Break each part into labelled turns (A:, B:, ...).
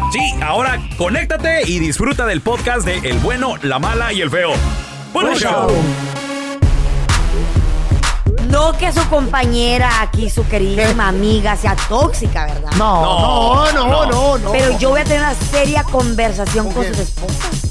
A: Sí, ahora conéctate y disfruta del podcast de El bueno, la mala y el feo. Bueno, show.
B: No que su compañera aquí, su queridísima amiga, sea tóxica, ¿verdad?
C: No, no, no, no, no.
B: Pero yo voy a tener una seria conversación con
C: quién?
B: sus esposas.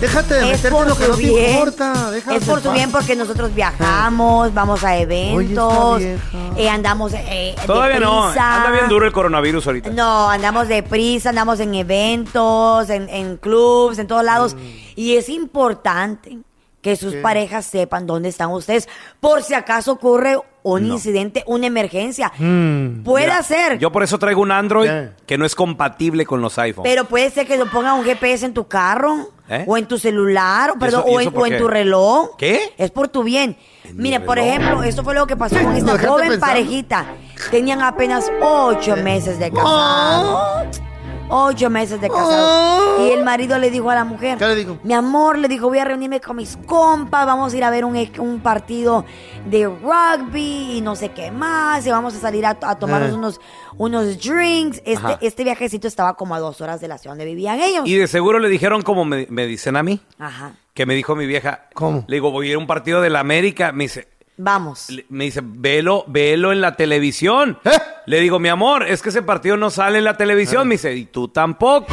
C: Déjate de
B: Es
C: meterte
B: por
C: en lo que
B: su
C: no te
B: bien.
C: importa. déjala
B: es por
C: en
B: tu
C: paz. Ah.
B: bien porque nosotros viajamos, vamos a eventos, eh, andamos eh,
D: Todavía no.
B: deprisa.
D: Anda bien duro el coronavirus ahorita.
B: No, andamos deprisa, andamos en eventos, en, en clubs, en todos
D: Mm.
B: lados. Y es importante que sus parejas sepan dónde están ustedes por si acaso ocurre un incidente, una emergencia. Puede
D: Hmm, Mira,
B: ser,
D: Yo por eso traigo un Android
C: ¿Qué?
D: que no es compatible con los iPhones.
B: pero puede ser que lo ponga un GPS en tu carro
D: ¿Eh?
B: o en tu celular, o, perdón,
D: eso- y
B: o, en,
D: eso por
B: o en
D: qué?
B: tu reloj.
D: ¿Qué?
B: Es por tu bien.
D: En mi
B: Mire, por
D: reloj.
B: ejemplo, esto fue lo que pasó
C: Lo
B: con esta
C: dejaste
B: joven
C: pensando. Eh,
B: parejita. Tenían apenas ocho meses de casados. Ocho meses de casados.
C: Oh.
B: Y el marido le dijo a la mujer:
C: ¿Qué le dijo?
B: Mi amor, le dijo, voy a reunirme con mis compas, vamos a ir a ver un, un partido de rugby y no sé qué más, y vamos a salir a, a tomarnos
C: Eh.
B: unos, unos drinks. Este,
D: Ajá.
B: este viajecito estaba como a dos horas de la ciudad donde vivían ellos.
D: Y de seguro le dijeron como me, me dicen a mí,
B: Ajá.
D: que me dijo mi vieja.
C: ¿Cómo?
D: Le digo, voy a ir a un partido de la América. Me dice,
B: Vamos.
D: le- me dice, velo, velo en la televisión.
C: ¿Eh? Ah.
D: Le digo, mi amor, es que ese partido no sale en la televisión. Me dice, y tú tampoco.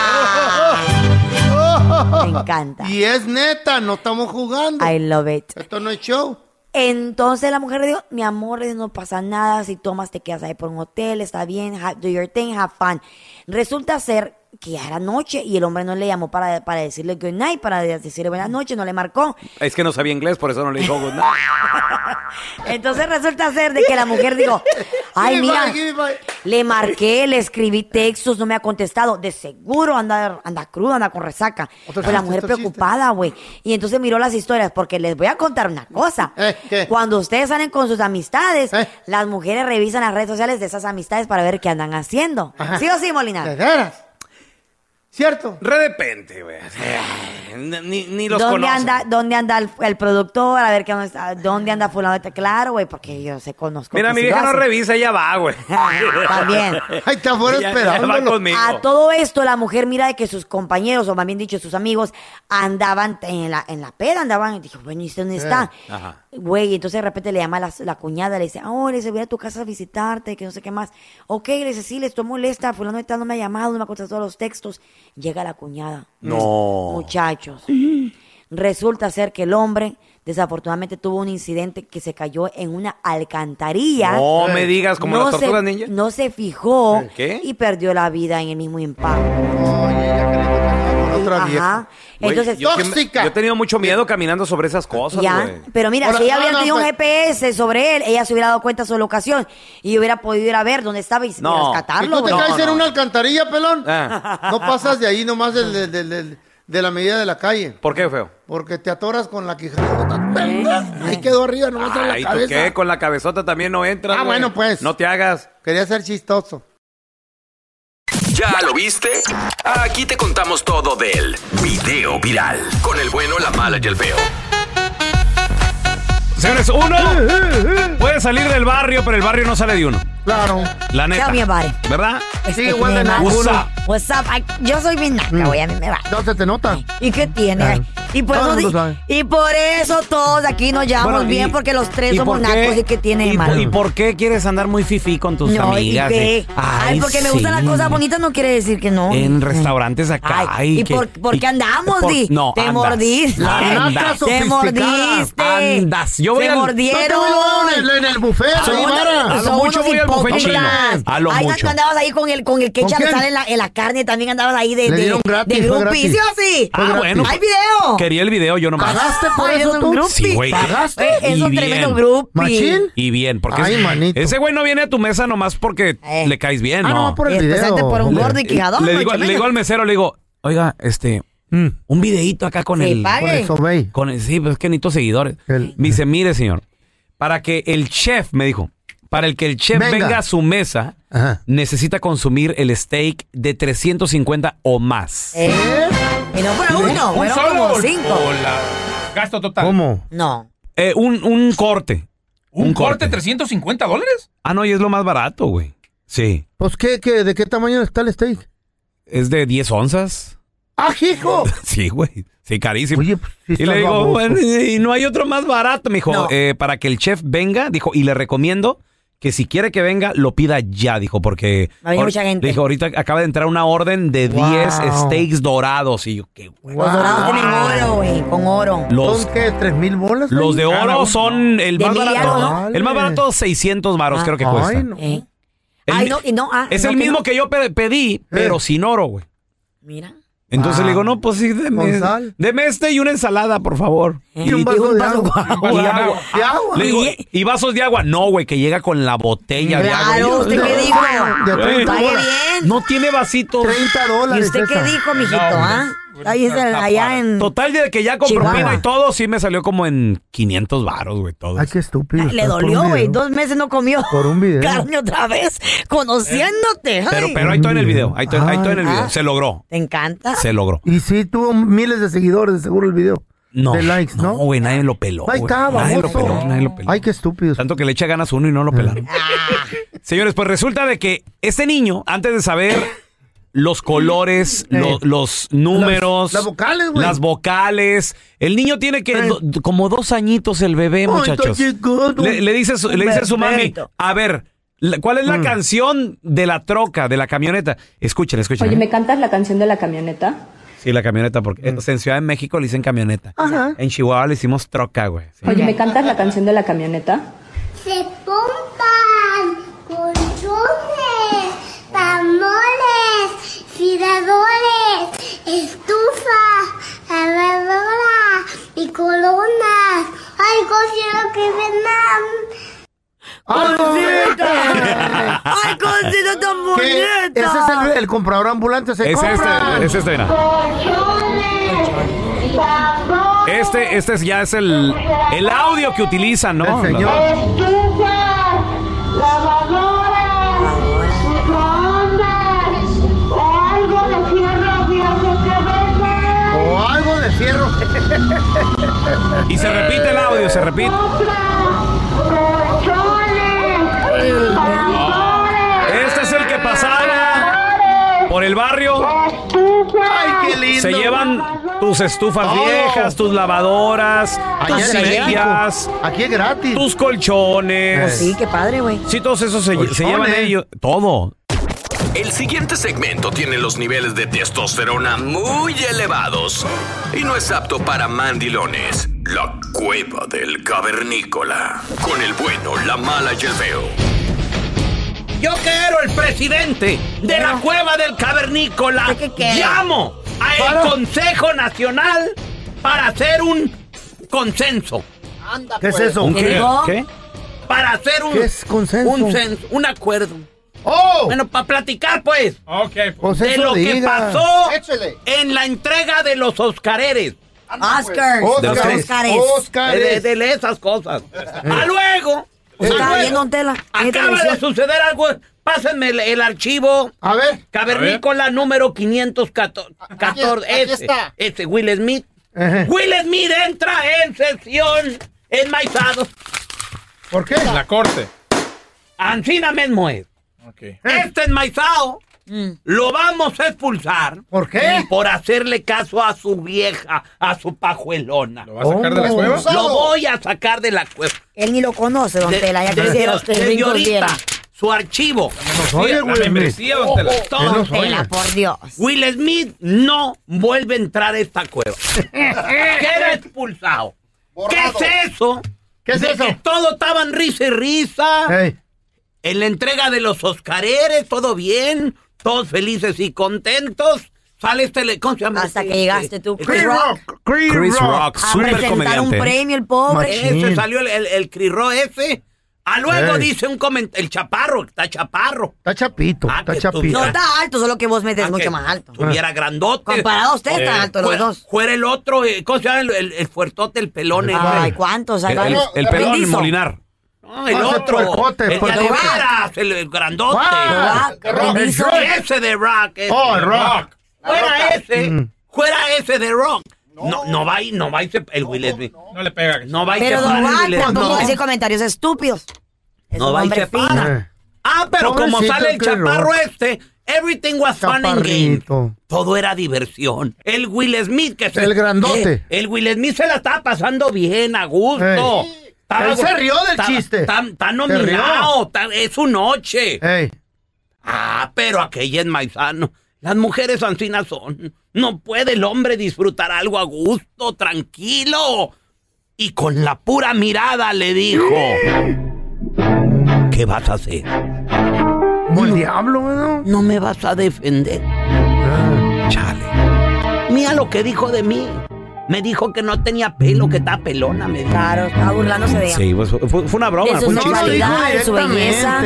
C: ¡Ah!
B: Me encanta.
C: Y es neta, no estamos jugando.
B: I love it.
C: Esto no es show.
B: Entonces la mujer le dijo, mi amor, no pasa nada, si tomas te quedas ahí por un hotel, está bien, ha- do your thing, have fun. Resulta ser que ya era noche y el hombre no le llamó para, para decirle good night, para decirle buenas noches, no le marcó.
D: Es que no sabía inglés, por eso no le dijo good night.
B: Entonces resulta ser de que la mujer dijo, ay
C: Give me
B: mira,
C: five, give me five.
B: le marqué, le escribí textos, no me ha contestado, de seguro anda, anda cruda, anda con resaca.
C: Otro
B: Pero la
C: chiste,
B: mujer
C: otro chiste.
B: preocupada, güey. Y entonces miró las historias, porque les voy a contar una cosa.
C: Eh, ¿qué?
B: Cuando ustedes salen con sus amistades,
C: Eh.
B: las mujeres revisan las redes sociales de esas amistades para ver qué andan haciendo.
C: Ajá.
B: ¿Sí o sí, Molina?
C: ¿De veras? ¿Cierto?
D: Re depende, güey. Ni, ni los
B: ¿Dónde
D: conoce.
B: anda, ¿Dónde anda el, el productor? A ver qué onda está- dónde anda fulano. de tal? Claro, güey, porque yo se conozco.
D: Mira,
B: que
D: mi
B: sí
D: vieja
B: lo
D: no
B: hacen.
D: revisa, ella va, güey.
B: También.
C: Ahí está afuera
D: Ella- ella va
C: esperándolo.
D: conmigo.
B: A todo esto, la mujer mira de que sus compañeros, o más bien dicho, sus amigos, andaban en la, en la peda, andaban, y dijo, bueno, ¿y
C: Eh.
B: usted dónde está?
D: Eh, Ajá.
B: Güey, y entonces de repente le llama la, la cuñada, le dice, oh, le dice, voy a tu casa a visitarte, que no sé qué más. Ok, le dice, sí, le estoy molesta, fulano de tal no me ha llamado, no me ha contestado los textos. Llega la cuñada.
D: No.
B: Muchachos. Resulta ser que el hombre, desafortunadamente, tuvo un incidente que se cayó en una alcantarilla
D: No me digas, como las
B: se,
D: tortugas ninja. ¿Eh?
B: no se fijó
D: ¿Qué?
B: y perdió la vida en el mismo impacto.
C: Oye, ya que le tocaba con otra vieja.
B: Ajá.
D: Güey,
B: Entonces,
D: yo que-
C: tóxica.
D: Yo he tenido mucho miedo caminando sobre esas cosas,
B: ya.
D: güey.
B: Pero mira,
C: Ahora,
B: si ella
C: no,
B: hubiera
C: no,
B: tenido un
C: pues-
B: GPS sobre él, ella se hubiera dado cuenta de su locación y hubiera podido ir a ver dónde estaba y, y
D: No.
C: Si tú
B: rescatarlo.
C: te
B: güey.
C: caes en una alcantarilla, pelón,
D: Ah.
C: no pasas de ahí nomás del- del- del- del- de la medida de la calle.
D: ¿Por qué, feo?
C: Porque te atoras con la quijada. Ahí quedó arriba, nomás en
D: Ay,
C: la
D: ¿tú qué?
C: cabeza.
D: Con la cabezota también no entras,
C: Ah,
D: güey.
C: bueno, pues.
D: No te hagas.
C: Quería ser chistoso.
E: ¿Ya lo viste? Aquí te contamos todo del video viral. Con el bueno, la mala y el feo.
D: Señores, uno puede salir del barrio, pero el barrio no sale de uno.
F: Claro.
D: La neta.
B: Tell me about it.
D: ¿Verdad?
B: Es
F: Sí,
B: que
F: igual
B: tiene
F: de
B: más.
D: What's
F: ninguno.
D: up?
B: What's up? Ay, yo soy bien
D: Mm.
B: naca, güey, a mí me va.
F: No se te nota.
B: ¿Y qué tiene?
F: Claro.
B: Y por,
F: Todo
B: eso,
F: el mundo
B: di-
F: sabe.
B: y por eso todos aquí nos llevamos
D: Bueno, y-
B: bien, porque los tres
D: ¿y
B: somos
D: por qué-
B: nacos y que tiene de
D: y,
B: malo.
D: ¿Y por qué quieres andar muy fifí con tus
B: no,
D: amigas?
B: ¿y
D: eh?
B: qué? Ay, porque me gustan las
D: sí.
B: cosas bonitas, no quiere decir que no.
D: En restaurantes acá.
B: Ay, ¿y
D: que-
B: por, por qué
D: y-
B: andamos,
D: por-
B: Di?
D: No,
B: Te
D: andas.
B: mordiste.
F: naca
D: Andas.
B: Te
F: sofisticada.
B: mordiste.
D: Andas. Yo voy
B: Te
D: al- Ah,
F: No te
B: mordieron.
F: veo en el, en el buffet,
B: Son
F: ahí,
B: unos-
F: Mara.
D: a lo
B: son
D: mucho
B: unos
D: voy al buffet
B: hipócritas.
D: chino. A lo
B: Ay,
D: mucho.
B: tú andabas ahí con el, con el ketchup
F: ¿Con
B: que
F: quién?
B: sale en la, en la carne, también andabas ahí de,
F: Le
B: de,
F: dieron gratis,
B: de
F: fue
B: groupie,
F: gratis.
B: ¿sí o sí?
D: Ah, bueno.
B: ¡Hay video!
D: Quería el video yo nomás.
F: ¿Pagaste por
B: Ay, es
F: eso
B: un
F: tú?
B: grupo.
D: Sí, güey.
F: ¿Pagaste?
B: Eh, es
D: Y
B: un
D: bien.
B: tremendo groupie.
F: ¿Machín?
D: Y bien, porque
F: Ay,
D: es-
F: manito.
D: ese güey no viene a tu mesa nomás porque
B: Eh.
D: le caes bien,
F: Ah,
D: ¿no?
F: no, por el video.
B: Empezaste por un
F: Le-
B: gordo y quijadón.
D: le,
B: mucho
D: digo, le
B: menos.
D: digo al mesero, le digo, oiga, este, mm, un videíto acá con
B: Sí,
D: el...
B: pague.
F: Por eso, güey.
D: Con el, sí, pues es que necesito seguidores.
F: El-
D: Me dice, mire, señor, para que el chef, me dijo, para el que el chef
F: Venga.
D: venga, a su mesa,
F: Ajá.
D: necesita consumir el steak de 350 o más.
B: Eh, y no fueron uno, fueron como cinco.
G: gasto total.
F: ¿Cómo?
B: No.
D: Eh, un, un corte.
G: ¿Un, corte, 350 dólares?
D: Ah, no, y es lo más barato, güey. Sí.
F: Pues, ¿qué, qué, ¿de qué tamaño está el steak?
D: Es de 10 onzas.
F: ¡Ah, hijo!
D: Sí, güey. Sí, carísimo.
F: Oye, pues, sí
D: y
F: está
D: le digo,
F: baboso.
D: "Bueno, y no hay otro más barato. Me dijo,
B: No.
D: "Eh, para que el chef venga, dijo, y le recomiendo que si quiere que venga, lo pida ya, dijo, porque
B: Va a venir
D: ahor-
B: mucha gente.
D: le dijo, ahorita acaba de entrar una orden de
F: Wow.
D: 10 steaks dorados. Y yo, qué güey.
B: Los dorados tienen
D: Ah.
B: oro, güey, con oro.
D: Los,
F: ¿Son qué? ¿Tres mil bolas? Ah,
D: los de
F: Cada
D: oro
F: uno.
D: son el
B: De
D: más
B: mil
D: barato.
B: algo,
F: ¿no?
D: El más barato, 600 varos,
B: Ah.
D: creo que
F: Ay,
D: cuesta.
F: no.
B: Eh.
D: El
B: Ay,
D: mi-
B: no, y no, ah,
D: es
B: no,
D: el
B: que
D: mismo
B: no.
D: que yo pe- pedí, pero
F: Eh.
D: sin oro, güey.
B: Mira.
D: Entonces
F: Ah.
D: le digo, no, pues sí, deme,
F: Con sal.
D: deme este y una ensalada, por favor.
B: Eh,
F: Y un vaso de agua.
D: Y agua.
F: ¿De agua?
D: Le digo,
B: Y-
D: y vasos de agua. No, güey, que llega con la botella de agua.
B: Claro, ¿usted qué dijo?
F: De
D: Güey.
F: 30
B: Pague
F: bolas.
B: bien.
D: Eh, No tiene vasitos.
F: 30
B: ¿Y
F: dólares.
B: usted qué
F: esa.
B: dijo, mijito? ¿Ah? Ahí es el- allá en.
D: Total, de que ya con
B: Chihuahua.
D: propina y todo, sí me salió como en 500 varos, güey, todo.
F: Ay, qué estúpido.
B: Ah, Le
F: estás por
B: dolió,
F: un
B: güey.
F: video.
B: Dos meses no comió
F: Por un video.
B: carne otra vez, conociéndote.
D: Eh, Pero,
B: ay. Ah.
D: pero ahí
F: Mm.
D: todo en el video, ahí todo, ahí todo en el
B: Ay.
D: video. Se logró,
B: ¿Te encanta?
D: se logró.
F: Y sí, tuvo miles de seguidores, de seguro el video.
D: No,
F: De likes, ¿no?
D: güey, nadie lo peló.
F: Ahí
D: güey.
F: está,
D: nadie lo
F: baboso.
D: peló, nadie lo peló.
F: Ay, qué estúpido. Ah.
D: Tanto que le echa ganas uno y no lo pelaron. Señores, pues resulta de que este niño, antes de saber los colores, lo- los números,
F: las vocales, güey.
D: las vocales, el niño tiene que do- como dos añitos el bebé, muchachos.
F: está chiquito.
D: Le, le dice su, le dice su mami, a ver, la- ¿cuál es la
F: Mm.
D: canción de la troca, de la camioneta? Escuchen, escuchen. ¿eh?
H: Oye, ¿me cantas la canción de la camioneta?
D: Sí, la camioneta, porque
F: Mm.
D: eh, o sea, en Ciudad de México le dicen camioneta. En Chihuahua le hicimos troca, güey. Sí.
H: Oye, ¿me cantas la canción de la camioneta?
I: se pompan colchones, tamoles, tiradores, estufa, lavadora y colonas. Ay, cosieron que vengan.
F: ¡Ah, no,
B: ¡Ay, cosita tan
F: ¿Qué?
B: bonita!
F: Ese es el, el comprador ambulante. Se
D: Es
F: compra.
D: este, es este, mira.
I: Colchones, tambores,
D: Este, este es- ya es el, el audio que utilizan, ¿no?
F: El señor.
I: estufas, lavadoras, colonas. Algo de fierro viejo que vengan.
F: O algo de fierro.
D: Y se repite el audio, se repite. Este es el que pasaba por el barrio.
F: Ay, qué lindo.
D: Se llevan tus estufas
F: Todo.
D: viejas, tus lavadoras,
F: Allá
D: tus
F: en México.
D: sillas,
F: Aquí es gratis. Pues
D: tus colchones.
B: Sí, qué padre, güey.
D: Sí, todos esos se, se llevan
F: Colchones.
D: ellos. Todo.
E: El siguiente segmento tiene los niveles de testosterona muy elevados y no es apto para mandilones. La cueva del cavernícola. Con el bueno, la mala y el feo.
D: Yo quiero el presidente de la cueva del cavernícola.
B: ¿De qué quiere?
D: Llamo a
F: Claro.
D: Consejo Nacional para hacer un consenso.
F: ¿Qué es eso?
B: ¿Qué dijo?
D: Para hacer un,
F: ¿Qué es consenso?
D: un censo, un acuerdo.
F: ¡Oh!
D: Bueno, para platicar, pues,
G: Ok.
F: pues
D: de
F: eso
D: lo que
F: diga.
D: pasó
F: Échale.
D: en la entrega de los Oscareres.
B: Oscars.
F: Oscars.
B: De los Oscars.
D: De,
F: Oscars.
D: de- de esas cosas. A luego. a
B: Estaba
D: luego,
B: viendo un tela. en
D: Acaba de
B: televisión.
D: suceder algo
F: Pásenme el, el archivo.
C: A ver.
F: Cavernícola número 514. este, este, Will Smith. Will Smith entra en sesión enmaizado.
C: ¿Por qué?
F: La corte. Ancina mismo es. Este enmaizado lo vamos a expulsar.
C: ¿Por qué?
F: Por hacerle caso a su vieja, a su pajuelona. ¿Lo
J: va a sacar de la ¿Cómo? cueva?
F: Lo voy a sacar de la cueva.
B: Él ni lo conoce, don
F: De-
B: Tela, ya
F: de-
B: quisiera usted
F: de-
B: gringos
F: señorita,
B: viera.
F: Su archivo.
B: oye, La Will Smith. membresía, don Tela.
F: Ojo,
B: Él
F: don
B: nos oye.
F: Tela,
B: por Dios.
F: Will Smith no vuelve a entrar a esta cueva. Queda expulsado. ¿Qué es eso? ¿Qué es eso? todo estaban risa y risa. En la entrega de los Oscareres, todo bien, todos felices y contentos. Sale este, le- ¿cómo se llama? Este
B: Hasta que llegaste tú, Chris Rock.
D: Chris Chris Rock, Rock,
B: A presentar un premio, el pobre.
F: Ese salió el, el, el Chris Rock ese. A luego
C: Ey.
F: dice un comentario, el chaparro, está chaparro.
C: Está chapito, está chapito.
B: No está alto, solo que vos metes
F: Ah,
B: mucho
F: que
B: más alto.
F: Tuviera grandote.
B: Comparado a usted,
F: Eh,
B: están altos los
F: fuera-
B: dos.
F: Fuera el otro, eh, ¿cómo se llama? El, el, el fuertote, el pelón.
B: Ay,
F: ese.
B: ¿cuántos?
F: El-
B: Ay,
F: el- el
B: ¿cuántos?
F: pelón,
B: Bendizo.
D: Molinar.
F: No, el
B: Ah, ese
F: otro.
B: puercote,
F: el de
B: puercote.
F: de veras, el, el grandote.
B: ¿Cuál?
F: El Rock.
B: El Rock.
F: Ese de Rock. ese
K: Oh,
F: de
K: el Rock.
F: Fuera ese. Fuera ese de Rock. No, no va y no va y se- el Will Smith. No, le pega. No va y
B: Pero
F: se
B: don
F: para el
B: Juan,
F: Will Smith.
B: tampoco
F: No.
B: hace comentarios estúpidos. Es
F: No
B: un
F: va y
B: hombre
F: se para. Ah, pero como
B: Pobrecito
F: sale el
B: Chris
F: chaparro
B: Rock.
F: este, everything was fun and game. Todo era diversión. El Will Smith que se...
C: El grandote.
F: Eh, el Will Smith se la estaba pasando bien, a gusto.
C: Ey. Él se rió del chiste.
F: Está está nominado, está- es su noche. Ah, pero aquella es maizano. Las mujeres ancinas son. No puede el hombre disfrutar algo a gusto, tranquilo. Y con la pura mirada le dijo... ¿Qué vas a hacer?
C: Como el diablo, ¿no?
F: No me vas a defender.
C: Ah.
F: Mira lo que dijo de mí. Me dijo que no tenía pelo, que está pelona, me dijo.
B: Claro, estaba Ah, burlándose de
D: Sí, pues, fue, fue una broma,
B: De
D: fue
B: sus
D: un chiste.
B: normalidades, de su belleza.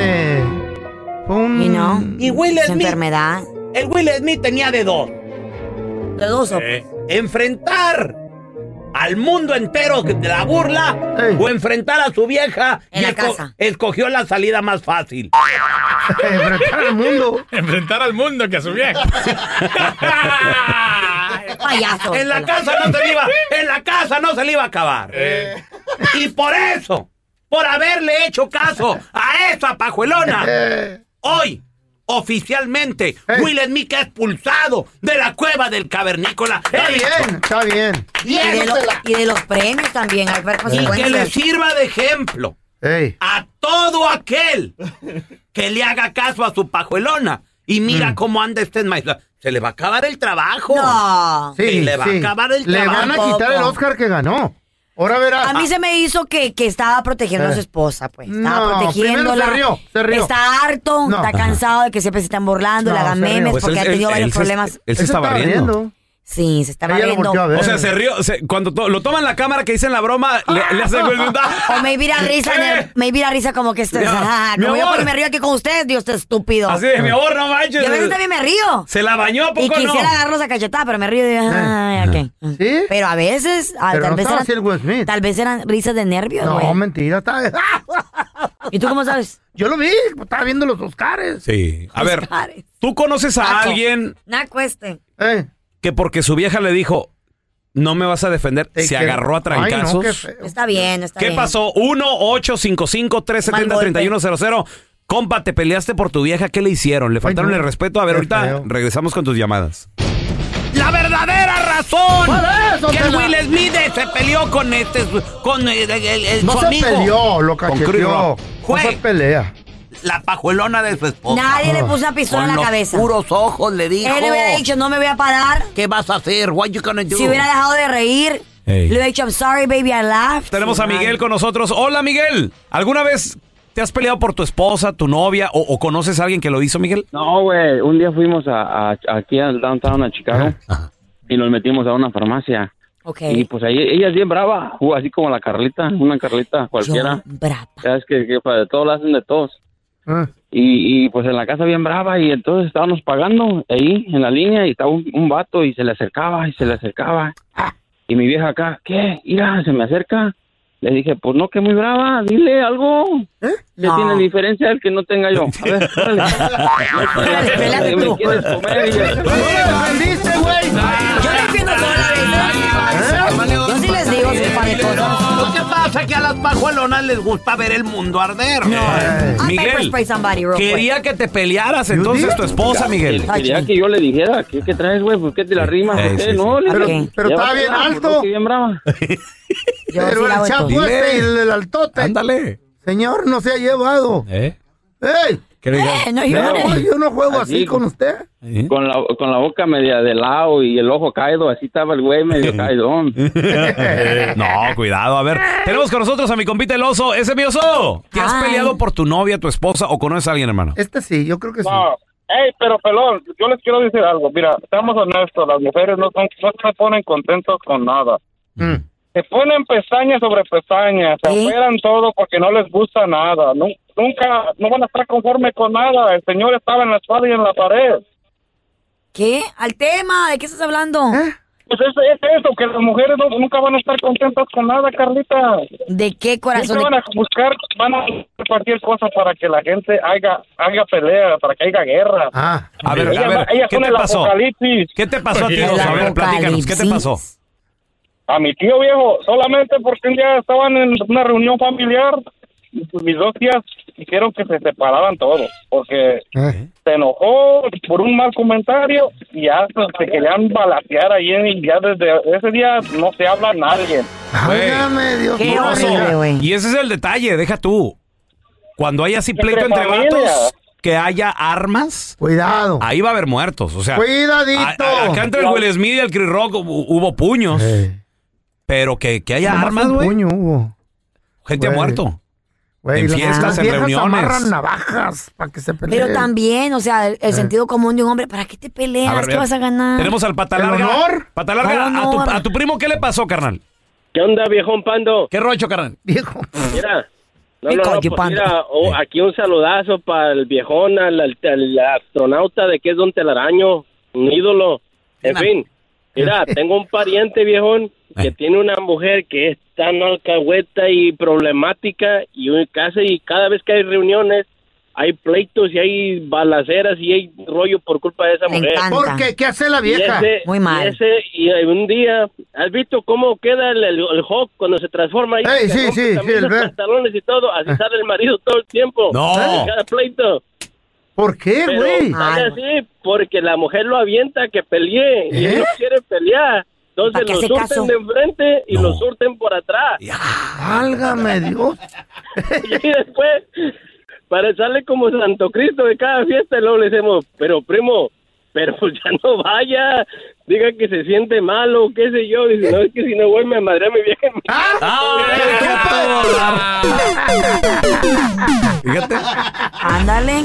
B: Y no.
F: Y Will
B: Su
F: Smith.
B: enfermedad.
F: El Will Smith tenía de dos. Eh.
B: De dos.
F: Enfrentar al mundo entero que- de la burla o enfrentar a su vieja
B: En la
F: esco-
B: casa.
F: escogió la salida más fácil.
C: enfrentar al mundo.
J: Enfrentar al mundo que a su vieja.
B: Payaso.
F: En la casa no se le iba, en la casa no se le iba a acabar.
C: Eh.
F: Y por eso, por haberle hecho caso a esa
C: Eh.
F: pajuelona, hoy oficialmente Will Smith es expulsado de la cueva del cavernícola.
C: Está
F: Ey,
C: bien, está bien.
B: Y de, lo- y de los premios también, hay ver
F: y Eh. que le
B: consecuencias.
F: sirva de ejemplo
C: Ey.
F: a todo aquel que le haga caso a su pajuelona y mira
C: Mm.
F: cómo anda este maestro. Se le va a acabar el trabajo.
B: No.
F: Se le va a acabar el
C: Le
F: trabajo.
C: van a quitar el Oscar que ganó. Ahora verás. Eh.
B: A mí se me hizo que, que estaba protegiendo a su esposa, pues.
H: Mm.
B: Estaba
C: No,
B: protegiéndola.
C: primero se rió, se rió.
B: Está harto,
C: No.
B: está cansado de que siempre se están burlando,
C: No,
B: le hagan
C: se rió.
B: memes
C: Pues
B: porque
D: él-
B: ha tenido
D: él-
B: varios
D: él se-
B: problemas.
D: él se estaba riendo.
B: Sí, se estaba
C: Ella lo
B: riendo.
C: volteó a ver.
D: O sea, se rió. se- cuando to- lo toman la cámara que dicen la broma, le, le hace el güey.
B: O me la risa, en el- maybe la risa como que este,
D: Ya,
B: ah,
D: mi
B: como yo
D: amor.
B: porque me río aquí con ustedes, Dios, este estúpido.
D: Así de, mi amor, no manches.
B: Yo a veces también me río.
D: Se la bañó, ¿a
B: Y
D: poco no?
B: quisiera agarrarlos a cachetada, pero me río
C: Eh.
B: de, ay, ok.
C: ¿Sí?
B: Pero a veces, ah,
C: Pero
B: tal,
C: no
B: vez
C: estaba así el Will
B: eran,
C: Smith.
B: tal vez eran risas de nervios,
C: No,
B: güey.
C: mentira. Está...
B: ¿Y tú cómo sabes?
C: Yo lo vi, estaba viendo los Oscars.
D: Sí. A ver,
B: Oscares.
D: tú conoces a
B: Paco.
D: alguien
B: Nada cueste.
C: Eh,
D: que porque su vieja le dijo, no me vas a defender,
C: eh,
D: se
C: que-
D: agarró a
C: Ay, no,
D: trancazos.
C: qué
D: qué,
C: feo.
B: Está bien, está bien.
D: pasó? 1-855-370-3100. Compa, te peleaste por tu vieja. ¿Qué le hicieron? ¿Le faltaron
C: no.
D: el respeto? A ver,
C: Qué
D: ahorita
C: feo.
D: regresamos con tus llamadas.
F: La verdadera razón
C: ¿Cuál es, don
F: que
C: Tela?
F: Will Smith se peleó con este su- con el, el- el-
C: No
F: su
C: se
F: amigo.
C: peleó, lo
D: Con Chris
C: cacheteó.
D: Rock.
C: No fue
F: Fue.
C: pelea.
F: La pajuelona de su esposa.
B: Nadie le puso una pistola
F: con
B: en la
F: los
B: cabeza.
F: puros ojos le dijo.
B: Él Eh, le hubiera dicho, no me voy a parar.
F: ¿Qué vas a hacer? What you gonna do?
B: Si hubiera dejado de reír,
D: Ey.
B: le hubiera dicho, I'm sorry, baby, I laughed.
D: Tenemos
B: Sí,
D: a Miguel
B: madre.
D: con nosotros. Hola, Miguel. ¿Alguna vez te has peleado por tu esposa, tu novia o, o conoces a alguien que lo hizo, Miguel?
L: No, güey, un día fuimos a, a- aquí al downtown a Chicago y nos metimos a una farmacia.
B: Ok.
L: Y pues ahí ella es bien brava, uh, así como la Carlita, una Carlita cualquiera.
B: Yo, brapa.
L: Sabes que, que para de todo la hacen de todos.
C: Ah.
L: Y, y, pues en la casa bien brava y entonces estábamos pagando ahí en la línea y estaba un, un vato y se le acercaba y se le acercaba. Y mi vieja acá, ¿qué? Mira, se me acerca Le dije, pues no, que muy brava, dile algo. ¿Qué
K: No.
L: tiene diferencia el que no tenga yo? A ver, órale. Que me quieres comer, y yo,
K: ¡Vendiste, güey! Yo no entiendo toda la Yo sí les digo,
F: par de cosas. ¿Qué pasa? Que a las pajuelonas les gusta ver el mundo arder. pues, Eh.
B: Papers, pray somebody, real quick.
D: Quería que te pelearas entonces tu esposa, Miguel.
L: Quería que yo le dijera, ¿qué, qué traes, güey? Pues qué te la rima.
D: Eh,
L: ¿Qué?
D: sí,
L: no,
D: sí.
L: le
D: Pero-
L: dije,
D: pero estaba
L: llévatela,
D: bien
L: pues,
C: alto.
L: no, que bien brava.
C: Pero el chapo este y el, el altote. Ándale. Señor, no se ha llevado.
D: ¿Eh?
C: ¡Ey!
D: ¿Qué
L: le digas?
C: Eh, no,
L: No,
C: yo,
L: güey.
C: no juego así,
L: Así.
C: con usted.
L: Con la, con la boca media de lado y el ojo caído, así estaba el güey medio caidón.
D: No, cuidado. A ver, tenemos con nosotros a mi compita el oso. Ese es mi oso. ¿Te has
C: Hi.
D: peleado por tu novia, tu esposa o conoces a alguien, hermano?
C: Este sí, yo creo que sí.
M: No, ey, pero pelón, yo les quiero decir algo. Mira, estamos honestos, las mujeres no, son- no se ponen contentos con nada.
F: Mm.
M: Se ponen pestaña sobre pestaña, se operan todo porque no les gusta nada. Nu- Nunca, no van a estar conformes con nada. El señor estaba en la espalda y en la pared.
B: ¿Qué? ¿Al tema? ¿De qué estás hablando?
M: Pues es, es eso, que las mujeres no- nunca van a estar contentas con nada, Carlita.
B: ¿De qué corazón?
M: Siempre van a buscar, van a buscar cualquier cosa para que la gente haga, haga pelea, para que haya guerra.
D: Ah. A ver,
M: Ellas-
D: a ver,
M: ellas
D: ¿qué
M: son
D: te
M: el
D: pasó?
M: apocalipsis.
D: ¿Qué te pasó a ti, oso? A ver, platícanos, ¿qué te pasó?
M: A mi tío viejo, solamente porque un día estaban en una reunión familiar, y pues mis dos tías hicieron que se separaran todos, porque
F: Eh.
M: se enojó por un mal comentario y ya pues, se querían balasear ahí y ya desde ese día no se habla nadie.
C: Válgame Dios.
M: Qué
D: No, oso.
M: horrible,
D: Y ese es el detalle, deja tú. Cuando haya así pleito
M: Entre
D: entre
M: familia.
D: vatos, que haya armas.
C: Cuidado.
D: Ahí va a haber muertos, o sea.
C: Cuidadito.
D: a- a- acá entre el Will Smith y el Chris Rock hu- hubo puños. Pero que, que haya
C: Nomás
D: armas,
C: un
D: güey.
C: puño hubo.
D: Gente
C: Güey.
D: ha muerto.
C: Güey,
D: en
C: las-
D: fiestas,
C: las
D: en
C: viejas
D: reuniones.
C: amarran navajas para que se peleen.
B: Pero también, o sea, el, el sentido común de un hombre, ¿para qué te
D: A
B: peleas?
D: ver,
B: ¿Qué
D: vean.
B: vas a ganar?
D: Tenemos al Patalarga.
B: honor?
D: Patalarga,
B: El
D: a tu,
B: honor.
D: a tu primo, ¿qué le pasó, carnal?
N: ¿Qué onda, viejón pando?
D: ¿Qué rollo, carnal?
N: Mira, no, no,
D: Pico
N: no,
D: de
N: pues
D: panda.
N: mira, oh, aquí un saludazo para el viejón, al, al- al astronauta de que es Don Telaraño, un ídolo. En fin, mira, tengo un pariente, viejón, que tiene una mujer que es tan alcahueta y problemática y un- casi cada vez que hay reuniones hay pleitos y hay balaceras y hay rollo por culpa de esa mujer.
C: ¿Por qué? ¿Qué hace la vieja?
N: Y ese- Y, ese- y un día, ¿has visto cómo queda el, el, el Hulk cuando se transforma? Ahí,
C: Ey,
N: Se
C: sí,
N: rompe
C: sí,
N: también
C: sí, el
N: los
C: ver.
N: pantalones y todo. Así sale el marido todo el tiempo.
C: Ah. No.
N: En cada pleito.
C: ¿Por qué,
N: Pero
C: güey? ¿Eh?
N: sale así porque la mujer lo avienta que pelee. Y él no quiere pelear. Entonces
C: ¿Para qué
N: lo
C: hace
N: surten
C: caso?
N: de enfrente y lo surten por atrás.
C: Válgame Dios.
N: y después, para sale como Santo Cristo de cada fiesta, y luego le decimos, pero primo, pero pues, ya no vaya, diga que se siente malo, qué sé yo, dice, no, es que si no voy me madre a mi vieja.
C: Ah,
D: Fíjate.
B: Ándale.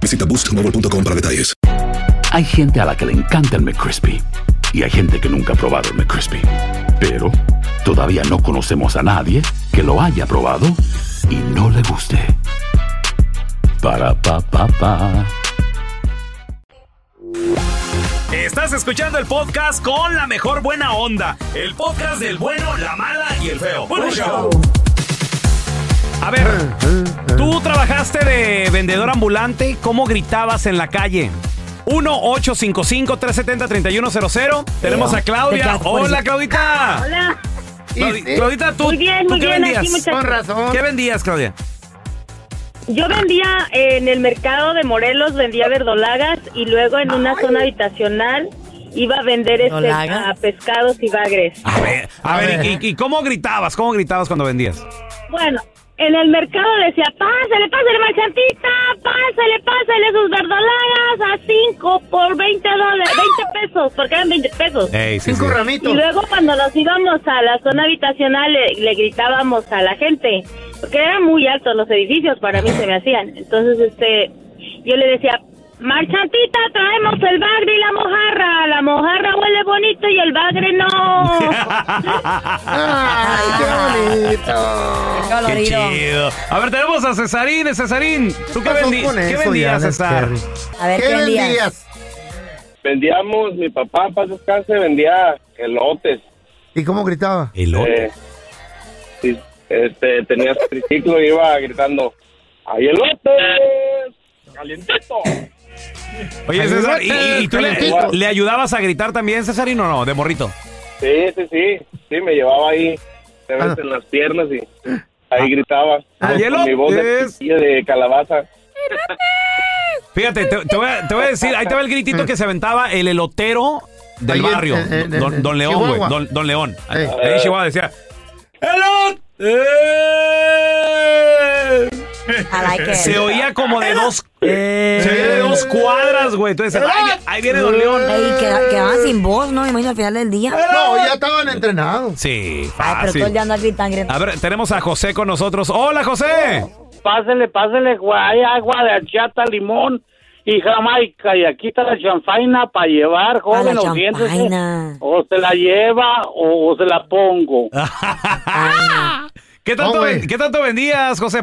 O: Visita boostmobile.com para detalles.
P: Hay gente a la que le encanta el McCrispy y hay gente que nunca ha probado el McCrispy. Pero todavía no conocemos a nadie que lo haya probado y no le guste. Para pa pa pa.
A: Estás escuchando el podcast con la mejor buena onda. El podcast del bueno, la mala y el feo. Bueno, show.
D: A ver, tú trabajaste de vendedor ambulante. ¿Cómo gritabas en la calle? 1-855-370-3100. Tenemos a Claudia. Hola, Claudita.
H: Hola.
D: Claudi- Claudita, tú,
H: Muy bien,
D: ¿tú
H: muy
D: qué
H: bien, aquí,
D: vendías?
H: muchachos. Con razón.
D: ¿Qué vendías, Claudia?
H: Yo vendía en el mercado de Morelos, vendía verdolagas y luego en una zona habitacional iba a vender este,
D: ¿Verdolagas?
H: a pescados y bagres.
D: A ver, a ver, ¿y, y- y cómo gritabas? ¿Cómo gritabas cuando vendías?
H: Bueno, en el mercado decía, pásale, pásale, marchantita, pásale, pásale sus verdolagas a 5 por 20 dólares, 20 pesos, porque eran 20 pesos.
D: Ey, sí, Cinco sí. ramitos.
H: Y luego cuando nos íbamos a la zona habitacional le, le gritábamos a la gente, porque eran muy altos los edificios, para mí se me hacían. Entonces, este, yo le decía, marchantita, traemos el bagre y la mojarra, la mojarra huele bonito y el bagre
D: Ah.
B: Ah.
H: no.
D: Qué
B: colorido.
D: chido. A ver, tenemos a Cesarín. eh, Cesarín, ¿tú qué,
C: pasó
D: vendi-
C: Ah, con
D: qué
C: eso,
D: vendías,
C: Diana,
D: Cesar?
C: Terry?
B: A ver, ¿qué, vendías?
L: Vendíamos, mi papá, para descanse, vendía elotes.
C: ¿Y cómo gritaba?
L: Eh, sí, este, tenía su triciclo y iba gritando, ¡hay elotes! ¡Calientito!
D: Oye, César, ¿y, y- y tú le,
L: Calentito.
D: le ayudabas a gritar también, Cesarín, o no? De morrito.
L: Sí, sí, sí, sí, me llevaba ahí, de vez en las piernas y ahí gritaba.
D: ¡Hay
L: Con mi voz de,
D: elotes!
L: chiquillo de calabaza.
D: Fíjate, te, te voy a, te voy a decir, ahí te va el
C: Eh.
D: gritito que se aventaba el elotero del
I: Ahí en-
D: barrio.
I: en- en-
C: eh,
D: don,
I: en
D: don León,
I: Chihuahua.
D: güey. Don, don León. Ahí
I: Eh.
D: en Chihuahua decía.
I: É.
D: Se oía como de dos.
C: Eh.
D: Se oía de dos cuadras, güey. Entonces, ahí, vi- ahí viene Don León.
B: Ey, que- quedaban sin voz, ¿no? Me imagino al final del día.
C: No, ya estaban entrenados.
D: Ah,
B: Ay,
D: Sí,
B: pero todo el
D: fácil.
B: día andas gritando, gritando.
D: A ver, tenemos a José con nosotros. Hola, José.
Q: Pásele, pásele, gua- hay agua de achata, limón y jamaica. Y aquí está la chanfaina para llevar, joven, los dientes. ¿eh? O se la lleva o, o Oh, se la pongo.
D: ¿Qué tanto, ven- ¿Qué tanto vendías, José?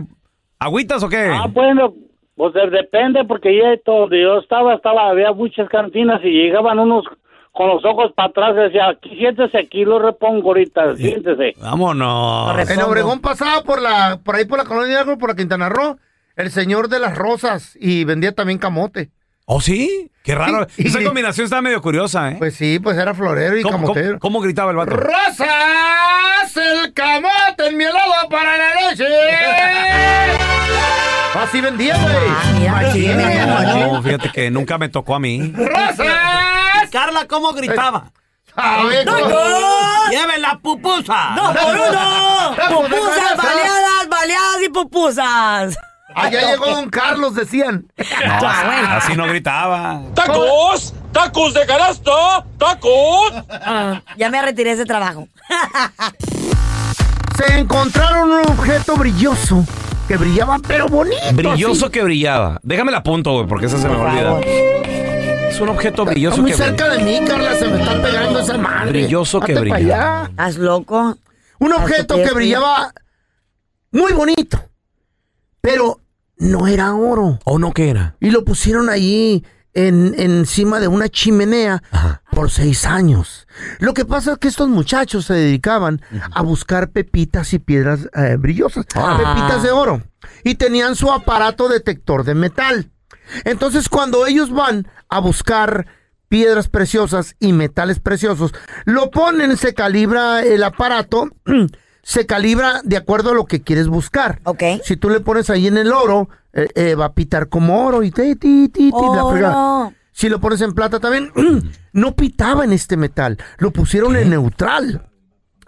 D: ¿Agüitas o qué?
Q: Ah, bueno, pues eh, depende, porque ya donde yo estaba, estaba, había muchas cantinas y llegaban unos con los ojos para atrás y decía, aquí siéntese, aquí lo repongo ahorita, siéntese.
D: Vámonos.
C: En Obregón pasaba por la, por ahí por la colonia de Agro, por la Quintana Roo, el señor de las rosas y vendía también camote.
D: ¿Oh, sí? Qué raro. Esa combinación está medio curiosa, ¿eh?
C: Pues sí, pues era florero y
D: ¿Cómo- cómo-
C: camotero.
D: ¿Cómo, gritaba el vato?
C: ¡Rosas! ¡El camote en mi helado para la leche! Así vendía, güey. Machín, machín.
D: Ah, No, fíjate que nunca me tocó a mí.
F: ¡Rosas! Carla, ¿cómo gritaba?
C: ver,
F: ¡No,
C: ¿cómo?
F: no! ¡Lleven la pupusa!
B: ¡Dos por uno! ¡Pupusas, baleadas, baleadas y pupusas!
C: Allá llegó don Carlos, decían.
D: No, así no gritaba.
B: ¡Tacos! ¡Tacos de canasta! ¡Tacos! Ah, ya me retiré de ese trabajo.
C: Se encontraron un objeto brilloso que brillaba, pero bonito.
D: Brilloso
C: así.
D: que brillaba. Déjame la apunto, güey, porque esa se me olvida. Es un objeto
C: Está
D: brilloso
C: muy
D: que
C: cerca de mí, Carla, se me está pegando esa madre.
D: Brilloso que
C: Hazte pa'
D: brillaba.
C: allá.
B: ¿Estás loco?
C: Un objeto que brillaba muy bonito, pero no era oro.
D: ¿O no qué era?
C: Y lo pusieron ahí en, encima de una chimenea por seis años. Lo que pasa es que estos muchachos se dedicaban a buscar pepitas y piedras eh, brillosas, pepitas de oro. Y tenían su aparato detector de metal. Entonces cuando ellos van a buscar piedras preciosas y metales preciosos, lo ponen, se calibra el aparato, se calibra de acuerdo a lo que quieres buscar. Si tú le pones ahí en el oro, eh, eh, va a pitar como oro y ti, ti, ti, ti, la
B: Oro.
C: fregada. Si lo pones en plata también, no pitaba en este metal, lo pusieron en neutral.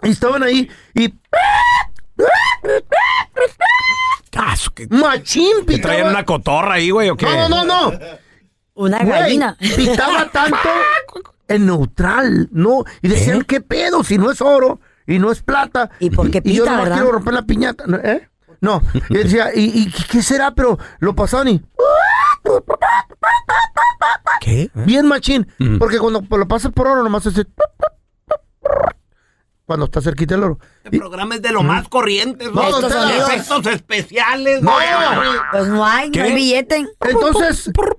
C: Y estaban ahí y... Machín
D: ¿Que traían
C: pitaba.
D: una cotorra ahí, güey, o qué?
C: No, no, no, no.
B: Una
C: Güey,
B: gallina.
C: Pitaba tanto en neutral, ¿no? Y decían, ¿qué pedo? Si no es oro y no es plata. ¿Y por qué Y yo
B: pita,
C: nomás
B: verdad?
C: quiero romper la piñata, ¿no? ¿eh? No, y decía, ¿y, y qué será? Pero lo pasaban y...
D: ¿Qué?
C: Bien machín, porque cuando lo pasas por oro nomás es... el- Cuando está cerquita el oro.
F: Este programa es de lo más corriente.
C: No,
F: güey.
C: don
F: Estos
C: Tela.
F: efectos especiales.
C: No.
F: güey.
B: Pues no hay,
C: ¿Qué?
B: no hay billete.
C: Entonces,
B: ¿Efectos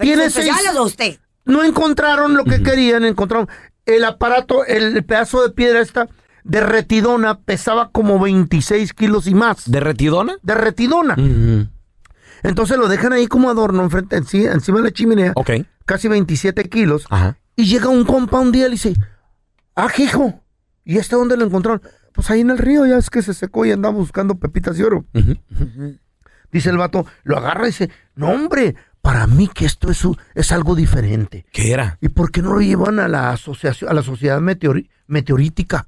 C: tiene seis-
B: especiales o usted?
C: no encontraron lo que querían, encontraron el aparato, el, pedazo de piedra esta derretidona pesaba como 26 kilos y más.
D: ¿Derretidona?
C: Derretidona. Entonces lo dejan ahí como adorno enfrente, enci- encima de la chimenea.
D: Ok.
C: casi 27 kilos. Y llega un compa un día y le dice, ah, hijo, ¿y este dónde lo encontraron? Pues ahí en el río, ya es que se secó y andamos buscando pepitas de oro.
I: Uhum.
C: Dice el vato, lo agarra y dice, no hombre, para mí que esto es, u- es algo diferente.
D: ¿Qué era?
C: ¿Y por qué no lo llevan a la asociación, a la sociedad meteori- meteorítica?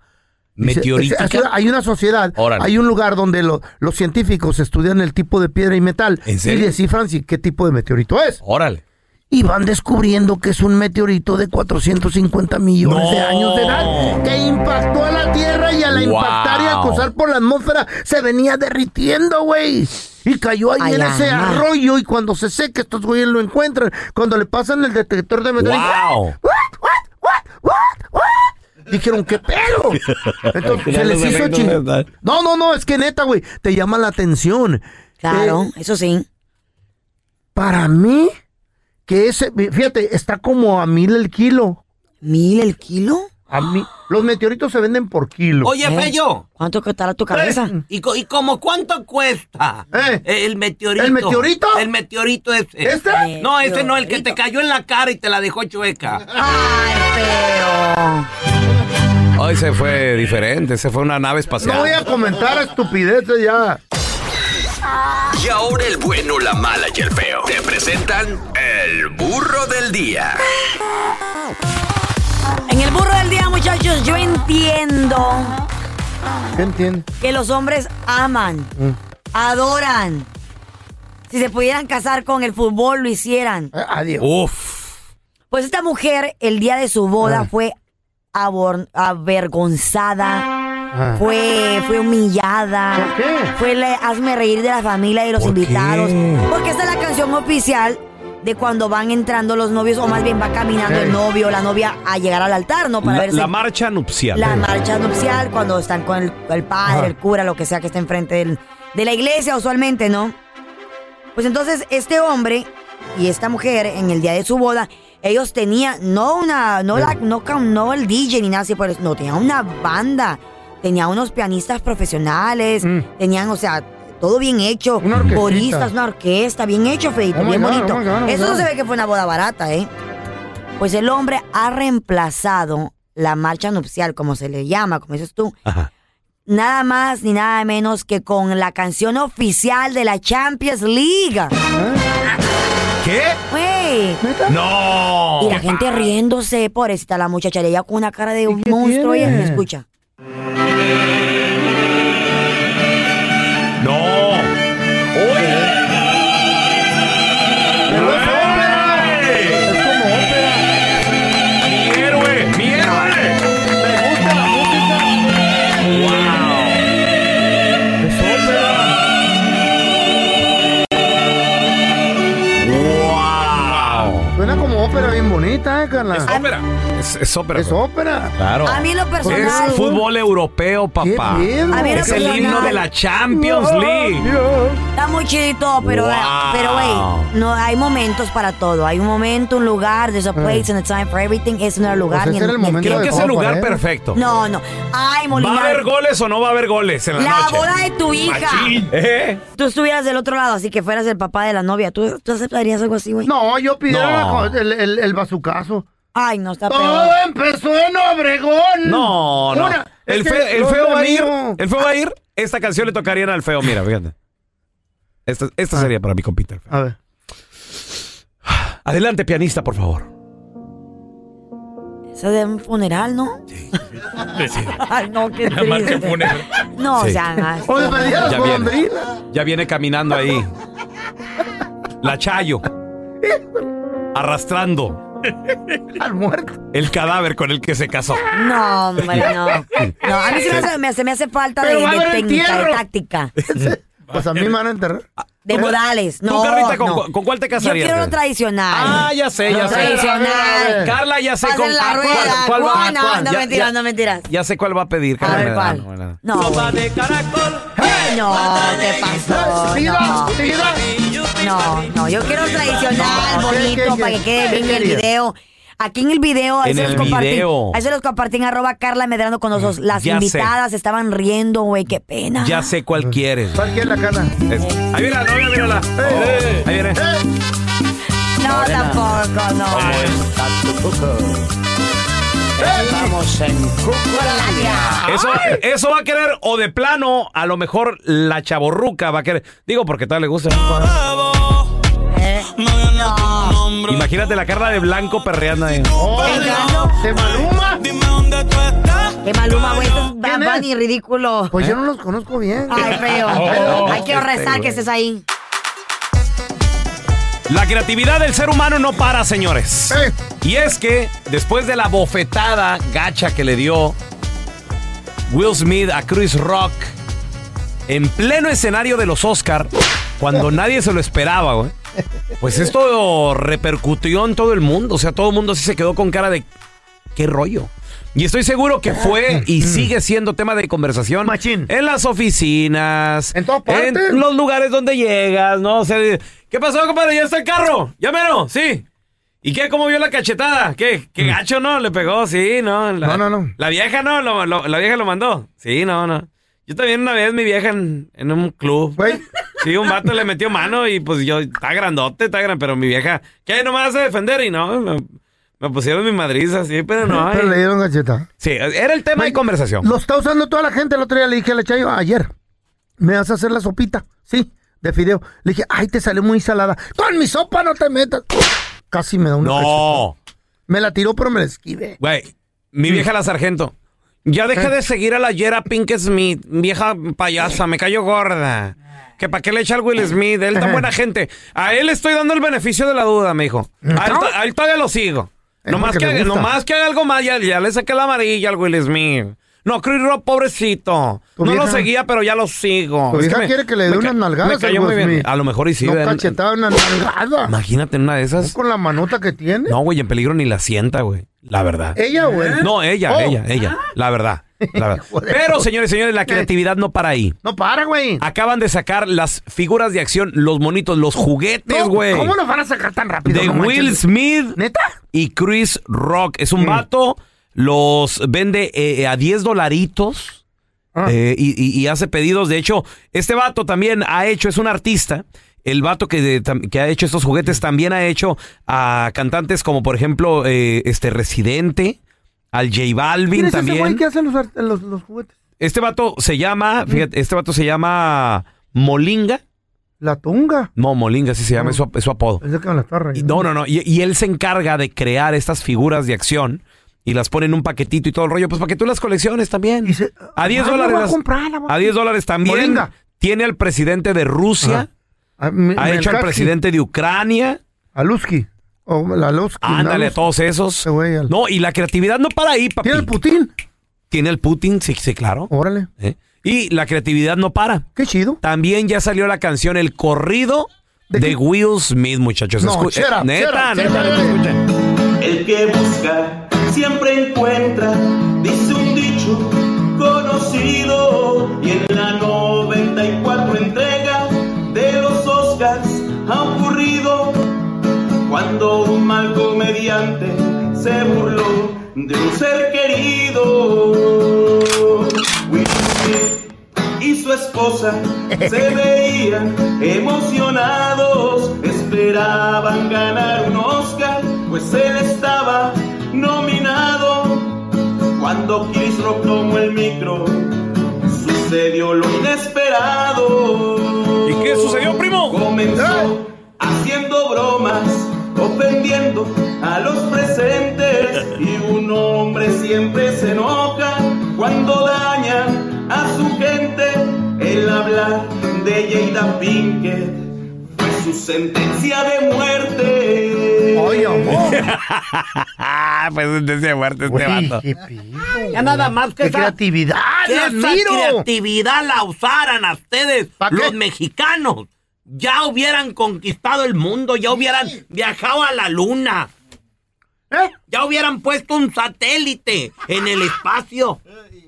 C: Dice,
D: ¿Meteorítica?
C: "Es- es- hay una sociedad,
D: Órale.
C: hay un lugar donde lo- los científicos estudian el tipo de piedra y metal
D: ¿En
C: y
D: serio?
C: descifran si qué tipo de meteorito es.
D: Órale.
C: Y van descubriendo que es un meteorito de 450 millones de años de edad que impactó a la Tierra y al
K: Wow.
C: impactar y al cruzar por la atmósfera se venía derritiendo, güey. Y cayó ahí
K: Ay,
C: en
K: la
C: ese
K: madre.
C: arroyo y cuando se seca estos güeyes lo encuentran. Cuando le pasan el detector de meteoritos,
K: Wow.
C: "What, what, what, what, what?" Dijeron, ¿qué pedo? Entonces, se les hizo chi- No, no, no, es que neta, güey, te llama la atención. Eh,
B: Claro,
D: Eh.
B: eso sí.
C: Para mí, que ese, fíjate, está como a mil el kilo.
B: ¿Mil el kilo?
C: A mí, los meteoritos se venden por kilo.
F: Oye,
C: ¿Eh?
F: Fello.
B: ¿Cuánto costará tu
F: ¿Y, co- y como cuánto cuesta? El meteorito.
C: Eh. ¿El meteorito?
F: El meteorito ese.
C: ¿Este?
F: No, ese no, el que te cayó en la cara y te la dejó chueca.
C: Ah,
B: Ay,
D: Oh, ese fue diferente, ese fue una nave espacial.
C: No voy a comentar estupideces ya.
R: Y ahora el bueno, la mala y el feo. Te presentan el burro del día.
B: En el burro del día, muchachos, yo entiendo
C: ¿Qué entiendes?
B: que los hombres aman, adoran. Si se pudieran casar con el fútbol, lo hicieran.
C: Eh, adiós.
B: Pues esta mujer, el día de su
C: Ah.
B: boda, fue abor- avergonzada,
K: Ah.
B: fue, fue humillada. Fue el hazme reír de la familia y de los invitados. Porque esta es la canción oficial de cuando van entrando los novios, o más bien va caminando el novio o la novia a llegar al altar, ¿no? Para
D: La,
B: verse.
D: la marcha nupcial.
B: La marcha nupcial, cuando están con el, el padre, el cura, lo que sea que esté enfrente del- de la iglesia, usualmente, ¿no? Pues entonces, este hombre y esta mujer, en el día de su boda, ellos tenían, no una, no la, no, ca- no el DJ ni nada así, pero no, tenían una banda, tenían unos pianistas profesionales, tenían, o sea, todo bien hecho, coristas, una orquesta, bien hecho, Feito,
K: Oh my
B: bien
K: God,
B: bonito.
K: oh my God, oh my
B: Eso no
K: God.
B: se ve que fue una boda barata, ¿eh? Pues el hombre ha reemplazado la marcha nupcial, como se le llama, como dices tú, nada más ni nada menos que con la canción oficial de la Champions League.
D: ¿Qué?
B: Güey.
D: No.
B: Y la gente riéndose, pobrecita la muchacha, y ella con una cara de un monstruo, y
K: tiene?
B: escucha.
D: No.
C: Suena como ópera bien bonita, ¿eh, Carla?
D: Es ópera. Es, es ópera.
C: Es ópera.
D: Claro.
B: A mí lo personal-
D: Es fútbol europeo, papá.
B: ¿Qué pedo? A mí lo
D: es el
B: personal-
D: himno de la Champions League.
B: Está muy chido y todo, pero,
D: Wow.
B: pero güey, no, hay momentos para todo. Hay un momento, un lugar, there's a place and a time for everything. Es no hay lugar.
D: Pues
B: ni
D: ese era el
B: ni
D: momento Creo de que es el Copa, lugar ¿eh? perfecto.
B: No, no. Ay,
D: ¿Va
B: Molina.
D: a haber goles o no va a haber goles en la,
B: La
D: noche?
B: boda de tu hija.
D: Machín. ¿Eh?
B: Tú estuvieras del otro lado, así que fueras el papá de la novia. ¿Tú, tú aceptarías algo así, güey?
C: No, yo pidiera la- el, el, el bazucazo.
B: Ay, no, está
C: Todo
B: peor.
C: empezó en Obregón.
D: No, no.
C: Una-
D: el,
C: es
D: fe-
C: que
D: el
C: no
D: feo
C: te
D: va a ir.
C: digo.
D: El feo va a ir. Esta canción le tocarían al feo. Mira, fíjate. Esta, esta sería para mi compita. A
C: ver.
D: Adelante, pianista, por favor.
B: Eso de un funeral, ¿no? Ay, no, qué
D: La marcha
B: triste.
D: fúnebre.
B: No,
D: Sí.
B: o sea, más.
C: Oye, pero ya las
D: viene, ya viene caminando ahí. La Chayo. Arrastrando
C: Al muerto.
D: el cadáver con el que se casó.
B: No, hombre, no. No, a mí se me hace, me hace, me hace falta de,
C: Pero va a
B: de
C: haber
B: técnica, de
C: entierro.
B: táctica,
C: Pues a mí me van a enterrar.
B: de modales.
D: ¿Tú,
B: No,
D: Carlita, con,
B: no.
D: cu- con cuál te casarías? eh.
B: Yo quiero lo tradicional.
D: Ah, ya sé, ya
B: Lo
D: sé.
B: Tradicional.
D: Carla, ya sé
B: Pásenle
D: con-
B: la
D: ah,
B: rueda.
D: cuál- cuál va-
B: Juana,
D: cuál.
B: no,
D: Ya-
B: mentiras,
D: ya-
B: no mentiras.
D: Ya sé cuál va a pedir. Carla,
B: ver,
D: me da,
B: ¿cuál?
D: no me da.
B: No. de caracol. No, ¿qué pasó?
K: Siga,
B: No. No, no, yo quiero tradicional,
K: No, ¿qué,
B: bonito,
K: qué,
B: para
K: qué?
B: que quede
K: ¿Qué
B: bien en el
K: querías?
B: video. Aquí en el video, ahí
K: En
B: se los
K: el
B: compartí.
D: video.
B: Ahí se los compartí en arroba Carla Medrano con nosotros. Las
D: Ya sé.
B: invitadas estaban riendo, güey, qué pena.
D: Ya sé cuál quieres.
C: ¿Cuál quieres, Carla?
D: Ahí mira, no, mira, mírala. Ahí viene.
B: No, tampoco.
C: Bacalao.
K: ¿Cómo
C: está tu cuco?
K: Estamos en Cucuralandia.
D: Eso, eso va a querer, o de plano, a lo mejor la chaborruca va a querer. Digo, porque tal le gusta. Imagínate la cara de blanco perreando ahí.
C: ¿De Maluma?
B: De Maluma, güey, esto es Bad
C: ¿Quién es?
B: Bunny ridículo.
C: Pues yo no los conozco bien.
B: Ay, feo.
D: Oh,
B: Ay, quiero
D: este,
B: rezar
D: güey.
B: que estés ahí.
D: La creatividad del ser humano no para, señores. Y es que después de la bofetada gacha que le dio Will Smith a Chris Rock en pleno escenario de los Oscar, cuando nadie se lo esperaba, güey, Pues esto repercutió en todo el mundo, o sea, todo el mundo sí se quedó con cara de qué rollo. Y estoy seguro que fue y sigue siendo tema de conversación en las oficinas, en
C: partes.
D: los lugares donde llegas, no O sea, ¿Qué pasó, compadre? Ya está el carro. Ya mero, sí. ¿Y qué? ¿Cómo vio la cachetada? ¿Qué? ¿Qué gacho, no? Le pegó, sí, no. La,
C: Mm. No, no, no.
D: La vieja, no, lo- lo- la vieja lo mandó. Sí, no, no. Yo también una vez mi vieja en, en un club. Sí, un vato le metió mano y pues yo, está grandote, está grande, pero mi vieja, ¿qué? No me vas a defender y no, me, me pusieron mi madriz así, pero no.
C: Pero
D: y-
C: le dieron galleta.
D: Sí, era el tema de conversación.
C: Lo está usando toda la gente. El otro día le dije a la Chayo, ayer, me vas a hacer la sopita, sí, de fideo. Le dije, ay, te salió muy salada. Con mi sopa no te metas. Casi me da una
D: No,
C: cachetada. Me la tiró, pero me la esquivé. Eh.
D: güey, mi vieja la sargento. Ya deja de seguir a la Yera Pink Smith, vieja payasa, me cayó gorda. Que para qué le echa al Will Smith, él tan buena gente. A él le estoy dando el beneficio de la duda, me dijo. A él, to- a él todavía lo sigo.
C: Mm. Es
D: Nomás
C: porque le
D: que,
C: gusta.
D: nomás que haga algo más, ya, ya le saqué la amarilla al Will Smith. No, Chris Rock, pobrecito.
C: Tu
D: No lo
C: vieja-
D: seguía, pero ya lo sigo.
C: Tu
D: Es
C: vieja
D: me-
C: quiere que le
D: me
C: dé
D: ca-
C: unas nalgadas
D: Me
C: al
D: cayó muy
C: Will
D: bien.
C: Smith.
D: A lo mejor y sí.
C: No
D: ¿verdad?
C: cachetada, una nalgada.
D: Imagínate una de esas.
C: Con la manota que tiene.
D: No, güey, en peligro ni la sienta, güey. La verdad.
C: ¿Ella o él?
D: No, ella,
C: Oh.
D: ella, ella. La verdad. la verdad. Pero, señores, señores, la creatividad no para ahí.
C: Eh. No para, güey.
D: Acaban de sacar las figuras de acción, los monitos, los juguetes, güey.
C: ¿Cómo los van a sacar tan rápido?
D: De
C: No manches.
D: Will Smith.
C: ¿Neta?
D: Y Chris Rock. Es
C: Mm.
D: un vato. Los vende eh, a 10 dolaritos.
C: Ah.
D: eh, y, y- y hace pedidos. De hecho, este vato también ha hecho, es un artista. El vato que, de- tam- que ha hecho estos juguetes también ha hecho a cantantes como, por ejemplo, eh, este Residente, al J Balvin
C: ¿Quién es ese
D: también.
C: güey que Mm. hace los, ar- los- los juguetes?
D: Este vato se llama, fíjate, este vato se llama Molinga.
C: ¿La Tunga?
D: No, Molinga, sí se llama, es su, es su apodo.
C: Es el que me la está
D: Y-
C: rayando.
D: No, no, no. Y, y él se encarga de crear estas figuras de acción y las pone en un paquetito y todo el rollo, pues para que tú las colecciones también. a 10
C: Ay, Ah, la
D: dólares.
C: voy a
D: las-
C: comprar, la voy a
D: a 10 dólares también.
C: Moringa.
D: Tiene al presidente de Rusia.
C: Ah,
D: ha hecho al presidente de Ucrania.
C: A Lusky. O la Lusky.
D: Ándale,
C: la
D: a todos esos. No, y la creatividad no para ahí, papi. ¿Tiene el
C: Putin?
D: Tiene el Putin, sí, sí, claro. ¿Eh?
C: Órale.
D: Y la creatividad no para.
C: Qué chido.
D: También ya salió la canción El Corrido de, Will Smith, muchachos.
K: No,
D: Escu-
K: chera,
D: eh, neta,
K: chera,
D: neta,
K: chera.
D: neta.
K: El que busca siempre encuentra, dice un dicho conocido. Y en la 94 entrega de los Oscars ha ocurrido cuando un mal comediante se burló de un ser querido. Will Smith y su esposa se veían emocionados, esperaban ganar un Oscar, pues él estaba nominado. Cuando Chris Rock tomó el micro, sucedió lo inesperado.
D: ¿Y qué sucedió, primo? ¡Eh!
K: Comenzó haciendo bromas, ofendiendo a los presentes. Y un hombre siempre se enoja cuando dañan a su gente. El hablar de Jada Pinkett fue su sentencia de muerte.
C: Oye, amor.
D: pues sentencia de muerte este vato.
F: Ya nada más que
K: ¡Qué
F: esa,
C: creatividad!
F: que
K: la
F: esa
K: admiro!
F: creatividad la usaran a ustedes, los mexicanos. Ya hubieran conquistado el mundo, ya hubieran viajado a la luna.
C: ¿Eh?
F: Ya hubieran puesto un satélite en el espacio.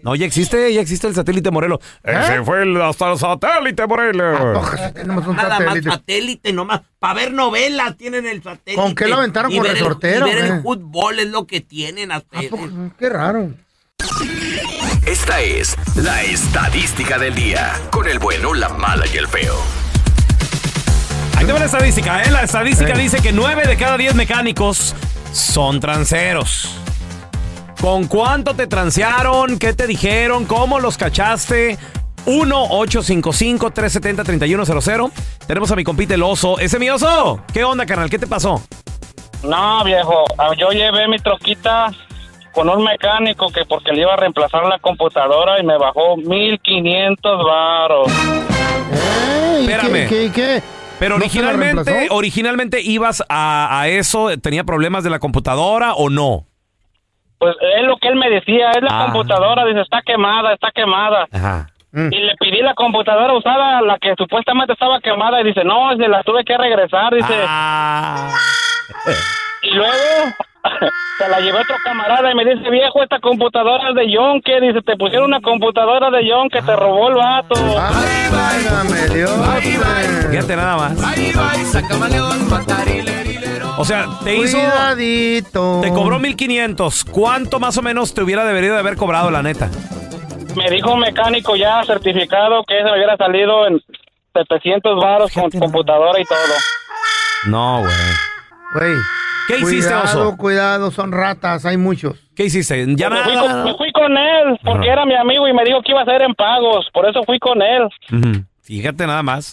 D: No, ya existe, ya existe el satélite Morelos. Ese fue el, hasta el satélite Morelos.
F: Ah, Nada
D: satélite.
F: más satélite, nomás. Para ver novelas tienen el satélite.
C: ¿Con qué lo aventaron?
F: Y
C: ¿Con
F: ver el-
C: resortero,
F: Y ver
C: eh?
F: el fútbol es lo que tienen a ustedes.
C: Qué raro.
R: Esta es la estadística del día. Con el bueno, la mala y el feo.
D: Ahí tengo la estadística, ¿eh? La estadística dice que 9 de cada 10 mecánicos son tranceros. ¿Con cuánto te transearon? ¿Qué te dijeron? ¿Cómo los cachaste? 1-855-370-3100. Tenemos a mi compite el oso. ¿Ese mi oso? ¿Qué onda, canal? ¿Qué te pasó?
M: No, viejo, ah, yo llevé mi troquita con un mecánico que porque le iba a reemplazar la computadora y me bajó 1500 varos.
D: Espérame.
C: ¿Qué? ¿Qué?
D: Pero
C: ¿No se la
D: originalmente,
C: reemplazó?
D: originalmente ibas a, a eso, tenía problemas de la computadora o no?
M: Pues es lo que él me decía, es la
D: Ah.
M: computadora, dice, está quemada, está quemada.
D: Ajá.
M: Y le pedí la computadora usada, la que supuestamente estaba quemada, y dice, no, se la tuve que regresar, dice. Y luego se la llevé a otro camarada y me dice, viejo, esta computadora es de John, que dice, te pusieron una computadora de John que te robó el vato.
D: Ah. Fíjate nada más. O sea, te hizo.
C: Cuidadito.
D: Te cobró 1500. ¿Cuánto más o menos te hubiera debido de haber cobrado, la neta?
M: Me dijo un mecánico ya certificado que se me hubiera salido en 700 varos con computadora y todo.
D: No, güey.
C: Güey.
D: ¿Qué hiciste,
C: cuidado,
D: oso?
C: Cuidado, son ratas, hay muchos.
D: ¿Qué hiciste? Ya
M: Me fui, con,
D: nada.
M: me fui con él porque era mi amigo y me dijo que iba a ser en pagos, por eso fui con él.
D: Ujú. Fíjate nada más.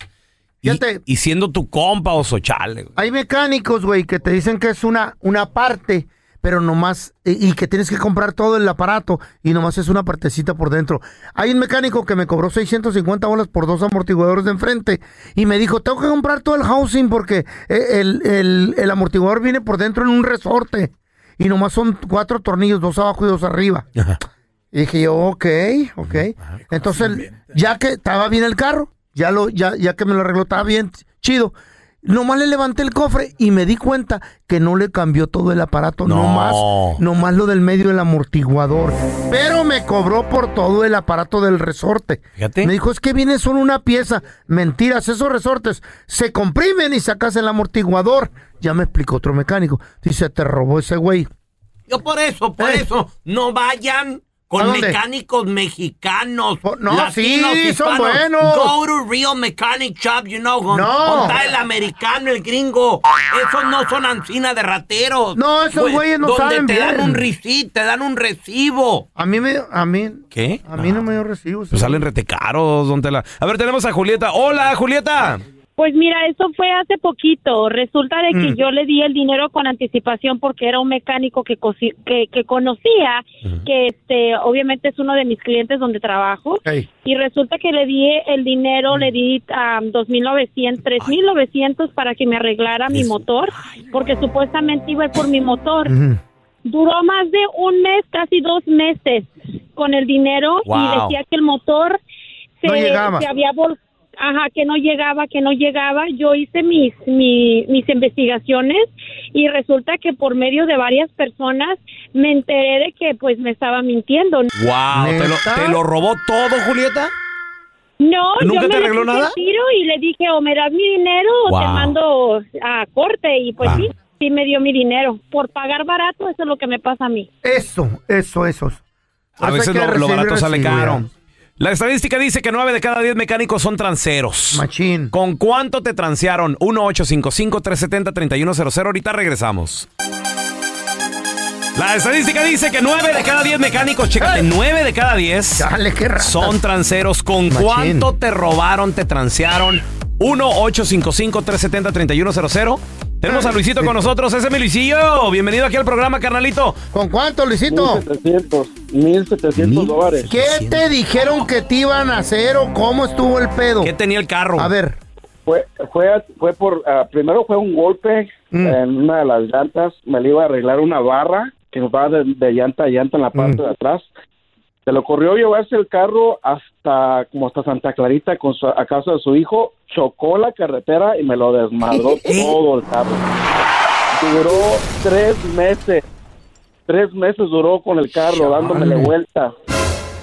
D: Y, y siendo tu compa, oso, chale. güey.
C: Hay mecánicos, güey, que te dicen que es una, una parte, pero nomás, y, y que tienes que comprar todo el aparato y nomás es una partecita por dentro. Hay un mecánico que me cobró 650 bolas por dos amortiguadores de enfrente y me dijo, tengo que comprar todo el housing porque eh, el, el- el amortiguador viene por dentro en un resorte y nomás son cuatro tornillos, dos abajo y dos arriba. Y dije yo, ok, ok. Entonces, ya que estaba bien el carro, ya lo, ya, ya que me lo arregló, estaba bien, chido. Nomás le levanté el cofre y me di cuenta que no le cambió todo el aparato,
D: No.
C: nomás, nomás lo del medio del amortiguador. Pero me cobró por todo el aparato del resorte.
D: Fíjate.
C: Me dijo, es que viene solo una pieza. Mentiras, esos resortes se comprimen y sacas el amortiguador. Ya me explicó otro mecánico. Dice, te robó ese güey.
F: Yo por eso, por eso, no vayan
C: Eh. ¿A
F: con
C: dónde? Oh,
F: mecanos mexicanos.
C: no,
F: latinos,
C: sí, son
F: hispanos.
C: buenos.
F: Go to real mechanic shop, you know, con,
C: No.
F: con está el americano, el gringo. Esos no son ancina de rateros.
C: No, esos
F: Güey,
C: güeyes no
F: donde
C: saben
F: te dan
C: bien.
F: un receipt, te dan un recibo.
C: A mí me, a mí,
D: ¿Qué?
C: a mí no me dio recibo.
D: Pues salen rete caros, don Tela. A ver, tenemos a Julieta. Hola, Julieta.
H: Pues mira, eso fue hace poquito. Resulta de que
D: Mm.
H: yo le di el dinero con anticipación porque era un mecánico que, cosi- que, que conocía, que este, obviamente es uno de mis clientes donde trabajo. Y resulta que le di el dinero, le di um, 2.900, 3.900 para que me arreglara mi motor, porque supuestamente iba a ir por mi motor. Duró más de un mes, casi dos meses con el dinero y
S: Wow.
H: decía que el motor se,
S: No llegaba.
H: se había vol- ajá, que no llegaba, que no llegaba. Yo hice mis, mi- mis investigaciones y resulta que por medio de varias personas me enteré de que pues me estaba mintiendo.
D: Wow, te lo, te lo robó todo, Julieta.
H: No,
D: ¿Nunca
H: yo
D: te
H: me
D: arregló
H: le puse
D: nada?
H: el tiro y le dije o me das mi dinero o te
D: Wow.
H: mando a corte y pues
D: Ah.
C: Wow.
H: sí, sí me dio mi dinero. Por pagar barato, eso es lo que me pasa a mí.
C: Eso, eso, eso.
D: A
C: Eso
D: veces
C: hay que
D: lo, lo
C: recibir,
D: barato sale
C: recibir.
D: caro. La estadística dice que 9 de cada 10 mecánicos son tranceros.
C: Machín.
D: ¿Con cuánto te transearon? 1-855-370-3100. Ahorita regresamos. La estadística dice que 9 de cada 10 mecánicos, chécate, 9 de cada 10 son tranceros. ¿Con
F: Machín.
D: cuánto te robaron, te transearon? 1-855-370-3100. Tenemos a Luisito con nosotros. Ese es mi Luisillo. Bienvenido aquí al programa, carnalito.
C: ¿Con cuánto, Luisito?
L: 1700, 1700 dólares.
C: ¿Qué te dijeron que te iban a hacer o cómo estuvo el pedo? ¿Qué
D: tenía el carro?
C: A ver.
L: Fue, fue, fue por, ah, primero fue un golpe en una de las llantas, me le iba a arreglar una barra que va de, de llanta a llanta en la parte
T: Mm.
L: de atrás. Se le ocurrió llevarse el carro hasta como hasta Santa Clarita con su- a casa de su hijo, chocó la carretera y me lo desmadró todo el carro. Duró tres meses, tres meses duró con el carro dándomele vueltas.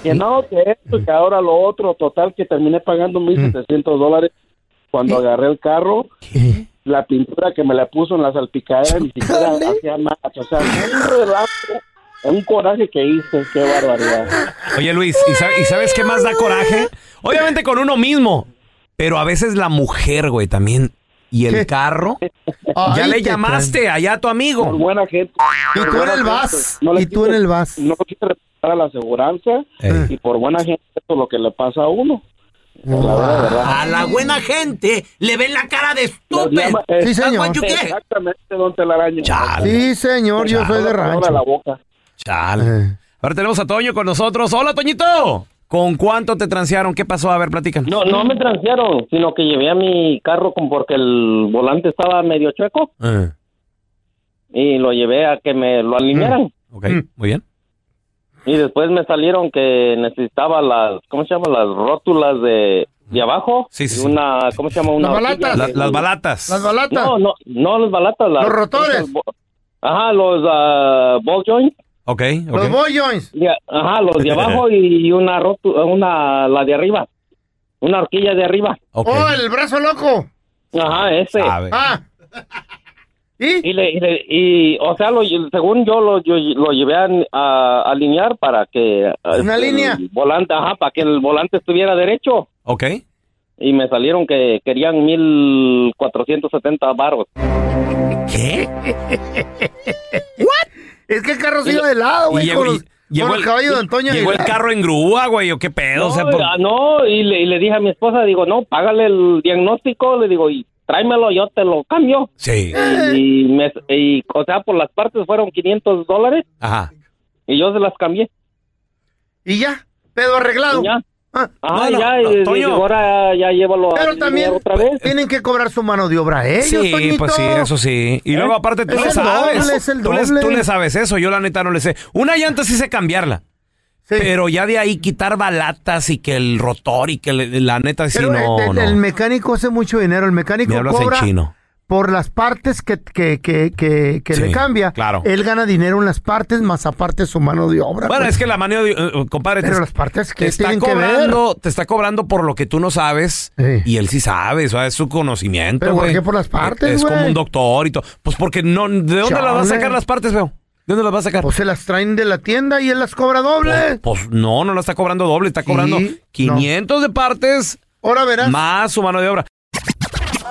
L: Que no, que esto, que ahora lo otro, total que terminé pagando
D: Mm.
L: 1.700 dólares cuando agarré el carro. La pintura que me la puso en la salpicadera ni siquiera hacía nada. O sea, un relajo, un coraje que hice, qué barbaridad.
D: Oye Luis, ¿y, sa- y sabes qué más da coraje? Obviamente con uno mismo, pero a veces la mujer, güey, también ¿Y el carro? ya
A: Ay,
D: le
A: te
D: llamaste allá a tu amigo.
L: Por Pues buena gente.
D: Y
L: Por
D: tú en
L: buena
D: el
L: gente.
D: bus.
L: No le
D: Y tú
L: quise-
D: en el bus.
L: No le quise respetar a la aseguranza. Y por buena gente, eso es lo que le pasa a uno. La verdad, la verdad.
F: A la buena gente le ven la cara de estúpido.
L: Sí,
F: ¿Sabes
L: señor.
F: what you get?
L: Exactamente, don Telaraño.
C: Sí, señor, yo soy de rancho.
D: Chale. Ahora tenemos a Toño con nosotros. Hola, Toñito. ¿Con cuánto te transearon? ¿Qué pasó? A ver, platican.
S: No, no me transearon, sino que llevé a mi carro con- porque el volante estaba medio chueco
D: Eh,
S: y lo llevé a que me lo
L: Mm.
S: alinearan.
D: Ok, muy bien.
S: Y después me salieron que necesitaba las, ¿cómo se llama? Las rótulas de, de abajo.
D: Sí, sí,
S: y
D: sí.
S: Una, ¿cómo se llama? Una
D: Las
S: horquilla
D: balatas.
S: de-
D: La- las balatas. Las balatas.
S: No, no, no las balatas. Las,
D: Los rotores.
S: Ajá, los ah, ball joints.
D: Ok, ok.
C: joints.
S: Ajá, los de abajo y una, rotu- una, la de arriba. Una horquilla de arriba.
C: ¡Oh, el brazo loco!
S: Ajá, ese.
C: Ah,
S: ¿Y? le- y le- y, o sea, lo- según yo lo, yo lo llevé a, a alinear para que... este,
C: Una
S: el
C: línea.
S: Volante, ajá, para que el volante estuviera derecho.
D: Ok.
S: Y me salieron que querían 1470 baros.
D: ¿Qué?
C: es que el carro se iba de lado, güey.
D: llegó-
C: Con los,
D: llegó
C: con los
D: el-
C: caballos de Antonio
D: Llegó el
C: Aguilar.
D: carro en grúa, güey, o qué pedo. o sea,
S: No,
D: por-
S: ah, no, y, le, y le dije a mi esposa, digo, no, págale el diagnóstico, le digo, y tráemelo, yo te lo cambio.
D: Sí.
S: Y, me- y, o sea, por las partes fueron 500 dólares
D: Ajá.
S: y yo se las cambié.
C: ¿Y ya? ¿Pedo arreglado?
S: Y ya.
C: Ah.
S: Ajá, ya, y- y digo, ahora ya llévalo a
C: Pero
S: alinear
C: también
S: otra vez.
C: tienen que cobrar su mano de obra ellos,
D: Sí,
C: Toñito.
D: pues sí, eso sí. Y
C: ¿Eh?
D: luego aparte tú
C: Es
D: le
C: el
D: sabes.
C: doble, es el
D: Tú le-
C: doble.
D: tú le sabes eso, yo la neta no le sé. Una llanta sí sé cambiarla. Pero ya de ahí quitar balatas y que el rotor y que le- la neta sí
C: Pero
D: no,
C: el, el-
D: no.
C: el mecánico hace mucho dinero. El mecánico
D: Me hablas en
C: cobra
D: chino.
C: por las partes que, que, que, que, que
D: Sí,
C: le cambia.
D: claro.
C: Él gana dinero en las partes, más aparte su mano de obra.
D: Bueno,
C: pues.
D: es que la mano de, eh, eh, compadre,
C: Pero
D: te,
C: las partes que
D: te está
C: tienen que ver.
D: cobrando, te está cobrando por lo que tú no sabes y él sí sabe, o sea, es su conocimiento.
C: ¿Pero por
D: güey.
C: qué por las partes,
D: Es como
C: güey?
D: un doctor y todo. Pues porque no, ¿de dónde las vas
C: Chale.
D: a sacar las partes, veo? ¿De dónde las vas a sacar?
C: Pues se las traen de la tienda y él las cobra doble.
D: Pues no, no la está cobrando doble, está cobrando 500 de partes.
C: Ahora verás.
D: Más su mano de obra.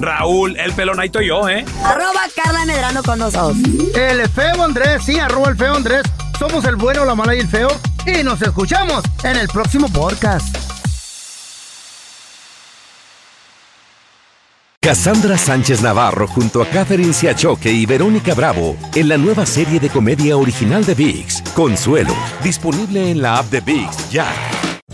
A: Raúl el Pelón, ahí estoy yo, ¿eh?
B: Arroba Carla Medrano con nosotros.
C: El feo Andrés, sí, arroba el feo Andrés. Somos el bueno, la mala y el feo. Y nos escuchamos en el próximo podcast.
T: Cassandra Sánchez Navarro junto a Catherine Siachoque y Verónica Bravo en la nueva serie de comedia original de VIX, Consuelo, disponible en la app de VIX ya.